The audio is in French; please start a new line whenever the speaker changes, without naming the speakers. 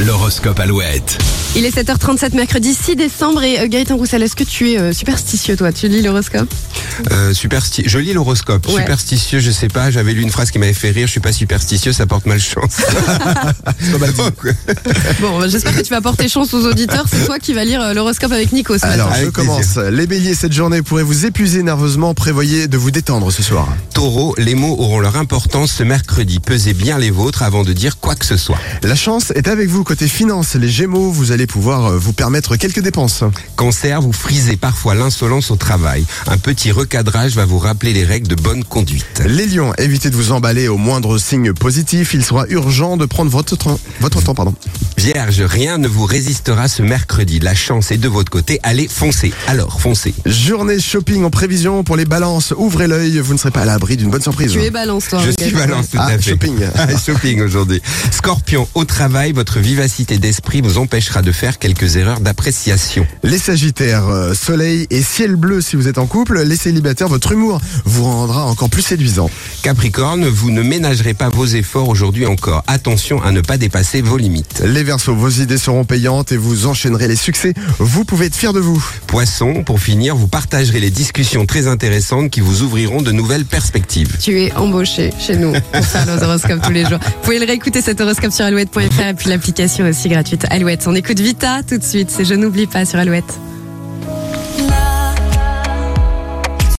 L'horoscope Alouette.
Il est 7h37 mercredi 6 décembre et euh, Gaëtan Roussel, est-ce que tu es euh, superstitieux toi Tu lis l'horoscope
Euh, supersti- je lis l'horoscope.
Ouais.
Superstitieux, je sais pas. J'avais lu une phrase qui m'avait fait rire. Je suis pas superstitieux, ça porte malchance. Donc,
Bon, euh, j'espère que tu vas porter chance aux auditeurs, c'est toi qui vas lire euh, l'horoscope avec Nico ce matin.
Alors, je
Avec
commence. Les béliers, cette journée pourrait vous épuiser nerveusement. Prévoyez de vous détendre ce soir.
Taureau, les mots auront leur importance ce mercredi. Pesez bien les vôtres avant de dire quoi que ce soit.
La chance est avec vous. Côté finance, les gémeaux, vous allez pouvoir euh, vous permettre quelques dépenses.
Cancer, vous frisez parfois l'insolence au travail. Un petit recadrage va vous rappeler les règles de bonne conduite.
Les lions, évitez de vous emballer au moindre signe positif. Il sera urgent de prendre votre, tran- votre temps. Pardon.
Vierge, rien ne vous résistera ce mercredi. La chance est de votre côté. Allez, foncez. Alors, foncez.
Journée shopping en prévision pour les balances. Ouvrez l'œil, vous ne serez pas à l'abri d'une bonne surprise.
Tu es balance toi.
Je
hein,
suis
Gaëtan.
balance tout
Ah,
à fait.
shopping.
Ah, shopping aujourd'hui. Scorpion, au travail, votre vivacité d'esprit vous empêchera de faire quelques erreurs d'appréciation.
Les sagittaires, euh, soleil et ciel bleu si vous êtes en couple. Les célibataires, votre humour vous rendra encore plus séduisant.
Capricorne, vous ne ménagerez pas vos efforts aujourd'hui encore. Attention à ne pas dépasser vos limites.
Les versos, vos idées seront payantes et vous enchaînerez les succès. Vous pouvez être fier de vous.
Poisson, pour finir, vous partagerez les discussions très intéressantes qui vous ouvriront de nouvelles perspectives.
Tu es embauché chez nous pour faire nos horoscopes tous les jours. Vous pouvez le réécouter cet horoscope sur alouette.fr et puis l'application aussi gratuite Alouette. On écoute Vita tout de suite, c'est Je n'oublie pas sur Alouette.